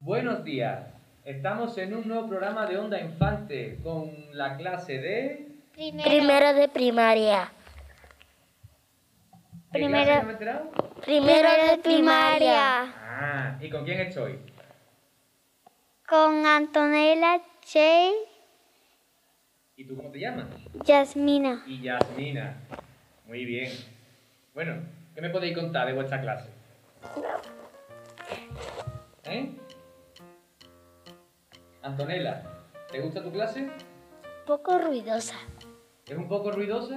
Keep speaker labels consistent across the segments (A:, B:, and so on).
A: buenos días. Estamos en un nuevo programa de Onda Infante con la clase de...
B: Primero,
C: Primero de primaria.
A: ¿Qué clase
B: Primero.
A: no me he enterado?
C: Primero de primaria.
A: Ah, ¿y con quién estoy?
B: con Antonella, Jay,
A: ¿Y tú cómo te llamas?
B: Yasmina.
A: Y Yasmina. Muy bien. Bueno, ¿qué me podéis contar de vuestra clase? ¿Eh? Antonella, ¿te gusta tu clase?
C: Poco ruidosa.
A: ¿Es un poco ruidosa?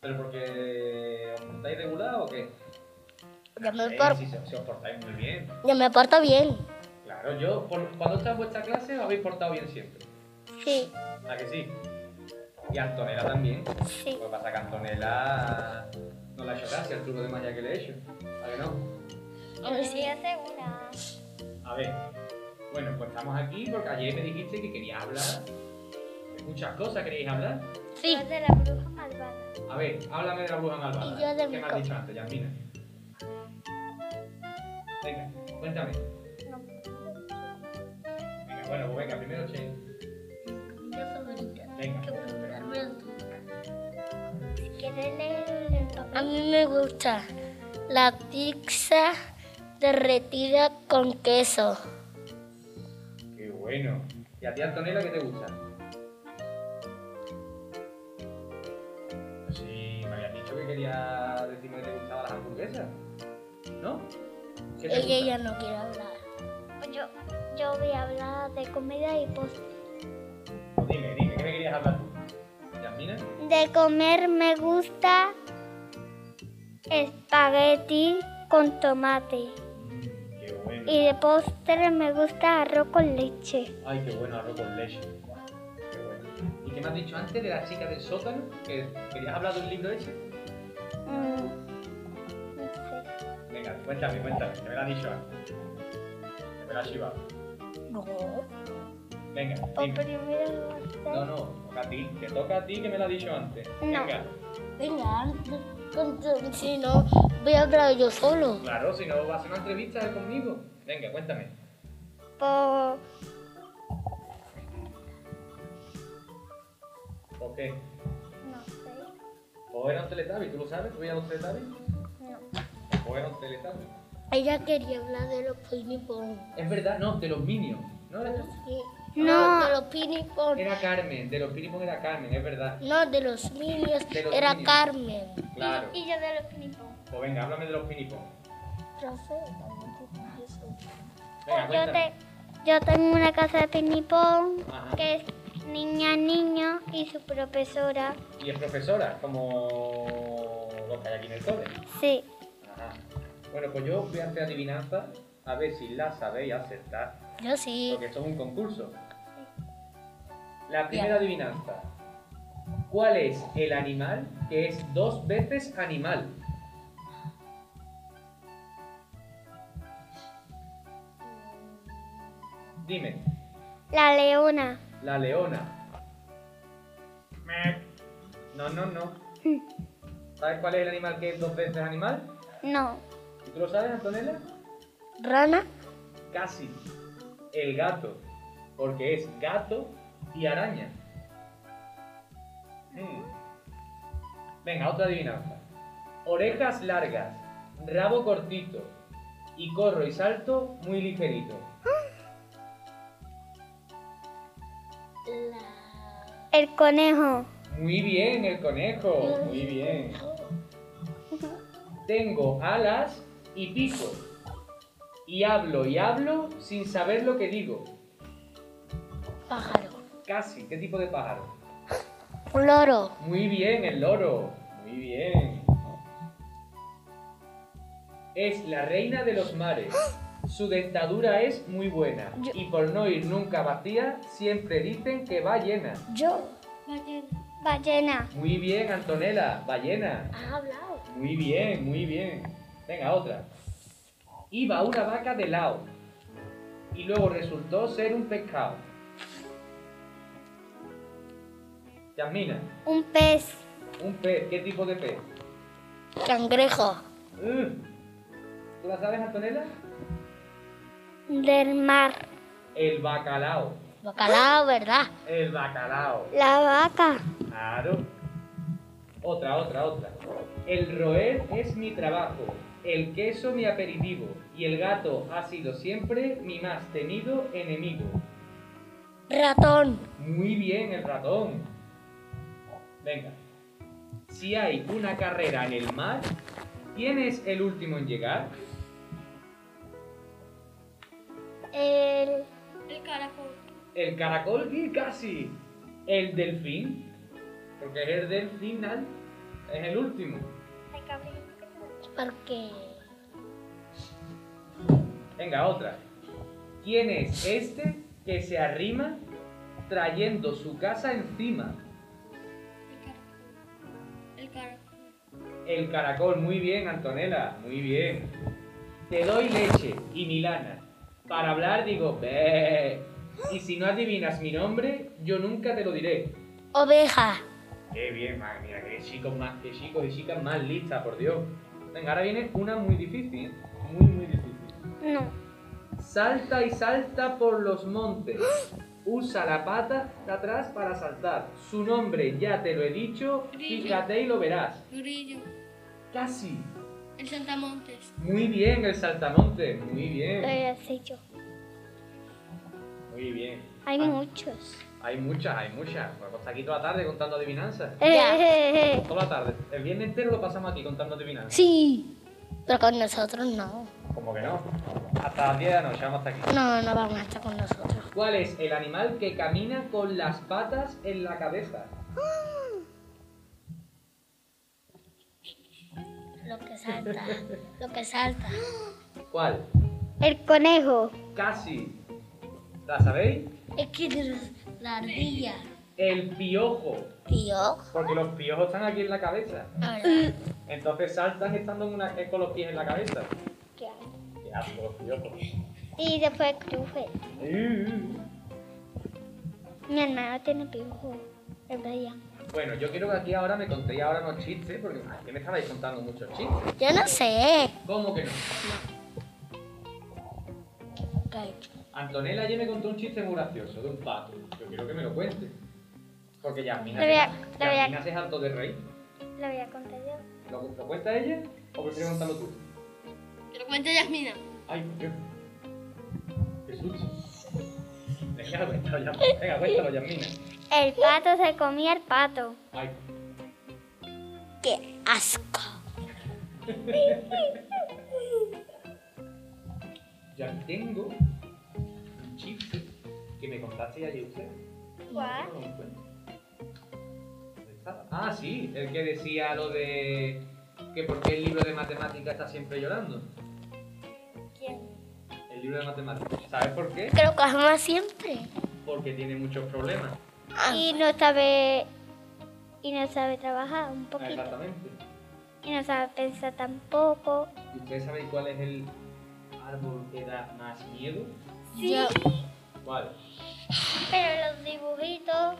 A: ¿Pero porque os portáis regular o qué?
C: Yo me,
A: Eh,
C: por-
A: sí, se- se os portáis muy bien.
C: yo me porto bien.
A: Claro, yo por- cuando está en vuestra clase os habéis portado bien siempre.
B: Sí,
A: ¿A que sí? Y Antonella también.
B: sí.
A: Lo que pasa es que Antonella no la ha hecho gracia el truco de magia que le he hecho. ¿A que no?
B: Estoy segura.
A: A ver. Bueno, pues estamos aquí porque ayer me dijiste que querías hablar. de Muchas cosas queríais hablar.
C: Sí.
B: de la bruja malvada.
A: A ver, háblame de la bruja malvada.
C: Y yo de
A: ¿Qué
C: mi
A: me
C: co-
A: has dicho antes, Yasmina? Venga, cuéntame.
B: No.
A: Venga, bueno, pues venga, primero Che. Venga.
B: Si quieres leer el
C: A
B: papel.
C: mí me gusta la pizza derretida con queso.
A: Qué bueno. ¿Y a ti, Antonella, qué te gusta? Pues Sí, me habías dicho que quería decirme que te gustaban las hamburguesas. ¿No? ¿Qué te
C: Ella
A: gusta?
C: Eh, ya no quiere hablar. Ah.
B: Yo, yo voy a hablar de comida y postre.
A: Pues Dime, dime, ¿qué me querías hablar tú? ¿Yasmina?
B: De comer me gusta espagueti con tomate.
A: Mm, Qué bueno.
C: Eh.
B: Y de postre me gusta arroz con leche.
A: Ay, qué bueno, arroz con leche. Buah, Qué bueno. ¿Y qué me has dicho antes de la chica del sótano? ¿Que querías hablar de un libro ese?
B: Mm, no sé.
A: Venga, cuéntame, cuéntame, que me lo has dicho antes. Que me lo has chivado.
C: No.
A: Venga,
B: O
A: dime.
B: primero
A: No,
B: gusta-
A: no, toca a ti, te toca a ti que me lo has dicho antes.
B: No.
A: Venga,
C: Venga, con- con- si no, voy a hablar yo solo.
A: claro, si no vas a hacer una entrevista es conmigo. Venga, cuéntame.
B: po-
A: ¿Por qué?
B: no sé.
A: ¿O era un teletabi? ¿Tú lo sabes? ¿Tú veías los teletabi?
B: No.
A: ¿O era un teletabi?
C: Ella quería hablar de los pinipons.
A: Es verdad, no, de los Minions. ¿No era tú?
C: No, de los pinipons.
A: Era Carmen, de los Pinipon era Carmen, es verdad.
C: No, de los niños.
A: De los
C: Era
A: niños.
C: Carmen.
A: Claro.
B: Y yo de los pinipón.
A: Pues venga, háblame de los Pinipon.
B: Pues
C: Profe, también tiene eso.
A: Venga,
B: Yo, te,
A: cuéntame.
B: yo tengo una casa de pinipón
A: Ajá.
B: que es niña, niño y su profesora.
A: Y es profesora, como los que hay aquí en el cole.
B: Sí.
A: Ajá. Bueno, pues yo voy a hacer adivinanza, a ver si la sabéis acertar.
C: Yo sí.
A: Porque esto es un concurso. La primera adivinanza. ¿Cuál es el animal que es dos veces animal? Dime,
B: La leona.
A: la leona. No, no, no. ¿Sabes cuál es el animal que es dos veces animal?
B: No.
A: ¿Tú lo sabes, Antonella?
C: Rana,
A: Casi. El gato. Porque es gato y araña. Mm. Venga, otra adivinanza. Orejas largas, rabo cortito. Y corro y salto muy ligerito.
C: la...
B: El conejo.
A: Muy bien, el conejo. Muy bien. Tengo alas y pico. Y hablo y hablo sin saber lo que digo.
C: pájaro,
A: Casi. ¿Qué tipo de pájaro?
C: un loro,
A: Muy bien, el loro. Muy bien. Es la reina de los mares. Su dentadura es muy buena.
C: Yo-
A: Y por no ir nunca vacía, siempre dicen que va llena.
C: yo.
B: Ballena. Ballena.
A: Muy bien, Antonella. Va llena.
C: ¿Has hablado?
A: Muy bien, muy bien. Venga, otra. Iba una vaca de lado. Y luego resultó ser un pescado. Yasmina,
B: Un pez.
A: un pez. ¿Qué tipo de pez?
C: Cangrejo,
A: Mm. ¿Tú la sabes, Antonella?
B: del mar.
A: El bacalao.
C: Bacalao, ¿verdad?
A: El bacalao.
B: La vaca.
A: Claro. Otra, otra, otra. El roer es mi trabajo, el queso mi aperitivo y el gato ha sido siempre mi más temido enemigo.
C: Ratón.
A: Muy bien, el ratón. Venga. Si hay una carrera en el mar, ¿quién es el último en llegar?
B: El,
A: El caracol y casi. El delfín. Porque es el del final. Es el último.
C: Porque.
A: Venga, otra. ¿Quién es este que se arrima trayendo su casa encima? El caracol, muy bien, Antonella, muy bien. Te doy leche y Milana. Para hablar digo, "Bé". y si no adivinas mi nombre, yo nunca te lo diré.
C: Oveja.
A: Qué bien, madre mía, qué chicos más, qué chicos y chicas más listas, por Dios. Venga, ahora viene una muy difícil, ¿eh? muy muy difícil.
B: no.
A: Salta y salta por los montes. Usa la pata de atrás para saltar. Su nombre ya te lo he dicho,
D: Grillo.
A: fíjate y lo verás.
D: Grillo,
A: Casi.
D: el Santamontes,
A: Muy bien el saltamonte, muy
B: Lo
A: bien.
B: he hecho.
A: Muy bien.
B: Hay
A: Ah,
B: muchos.
A: Hay muchas, hay muchas. Pues Vamos a estar aquí toda la tarde contando adivinanzas.
C: Ya.
B: Eh,
A: Toda la tarde. El viernes entero lo pasamos aquí contando adivinanzas.
C: Sí. Pero con nosotros no.
A: Como que no. Hasta las 10 de la noche vamos hasta aquí.
C: No, no vamos a estar con nosotros.
A: ¿Cuál es el animal que camina con las patas en la cabeza?
C: Lo que salta. Lo que salta.
A: ¿Cuál?
B: el conejo.
A: Casi. ¿La sabéis?
C: Es que la ardilla.
A: El piojo.
C: Tío.
A: Porque los piojos están aquí en la cabeza.
C: La verdad.
A: Entonces saltan estando en una- eh, con los pies en la cabeza.
B: Ya.
A: Qué asco, los piojos.
B: Y después cruje.
A: Uh.
B: Mi hermano tiene pijo. El Brian.
A: Bueno, yo quiero que aquí ahora me contéis ahora unos chistes, porque aquí me estabais contando muchos chistes.
C: Yo no sé.
A: ¿Cómo que no?
C: ¿Qué ha hecho?
A: Antonella ayer me contó un chiste muy gracioso de un pato. Yo quiero que me lo cuente. Porque Yasmina,
B: Le voy a-
A: se-
B: le voy a-
A: Yasmina se es harto de reír.
B: Lo voy a contar yo.
A: ¿Lo, lo cuenta ella o prefieres contarlo tú?
D: que lo cuenta Yasmina.
A: Ay, por Dios. Qué susto. Venga, cuéntalo, Yasmina. Venga, cuéntalo, Yasmina.
B: El pato se comía el pato.
A: Ay,
C: ¡Qué asco!
A: ya tengo un chiste que me contaste ayer usted.
B: ¿Cuál?
A: No me encuentro. ¿Dónde estaba? Ah, sí, el que decía lo de que por qué el libro de matemáticas está siempre llorando.
B: ¿Quién?
A: El libro de matemáticas. ¿Sabes por qué?
C: Que lo cogemos siempre.
A: Porque tiene muchos problemas.
B: Y no sabe. Y no sabe trabajar un
A: Ah,
B: poquito.
A: Exactamente.
B: Y no sabe pensar tampoco.
A: ¿Y ustedes saben cuál es el árbol que da más miedo?
C: Yo-
A: ¿Cuál?
B: Pero en los dibujitos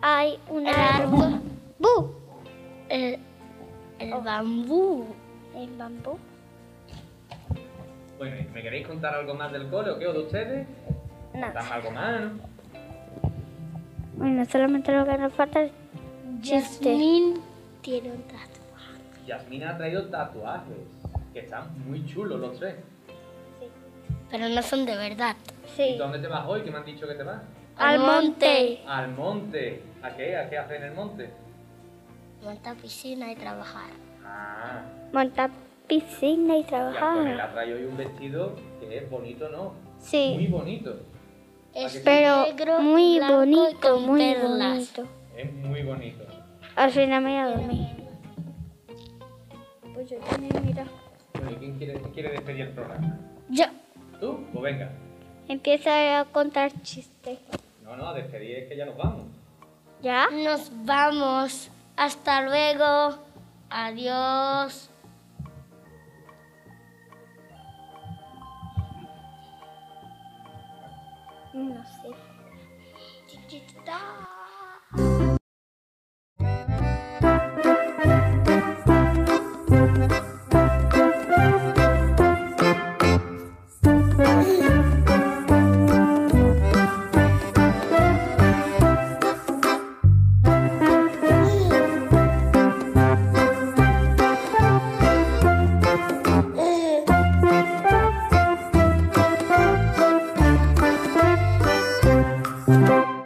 B: hay un árbol. ¡Bu!
C: el, el
B: Oh.
C: bambú.
B: En bambú.
A: Bueno, ¿y ¿me queréis contar algo más del cole o qué? ¿O de ustedes?
B: No.
A: ¿Contarme algo más, no?
B: Bueno, solamente lo que nos falta es chiste.
C: Jasmine tiene un tatu.
A: Yasmina ha traído tatuajes, que están muy chulos los tres.
C: Pero no son de verdad.
A: ¿Y
B: Sí.
A: dónde te vas hoy? ¿Qué me han dicho que te vas?
B: Al monte.
A: Al monte. ¿A qué? ¿A qué haces en el monte?
C: Monta piscina y trabajar.
A: Ah,
B: Montar piscina y
A: y Antonella
B: trabajar.
A: ha traído hoy un vestido que es bonito, ¿no? Muy
B: Sí.
A: bonito.
C: Es
B: Pero
C: negro,
B: muy
C: blanco y
B: bonito,
C: con
B: muy
C: perlas.
B: bonito.
A: Es muy bonito.
B: Al final me voy a dormir. Pues yo también, mira.
A: Bueno, ¿y quién quiere, quién quiere despedir el programa?
C: Yo.
A: ¿Tú? Pues venga.
B: Empieza a contar chistes.
A: No, no, a despedir es que ya nos vamos.
B: ¿Ya?
C: ah. Nos vamos. Hasta luego. Adiós.
B: No sé.
C: Chiquitita.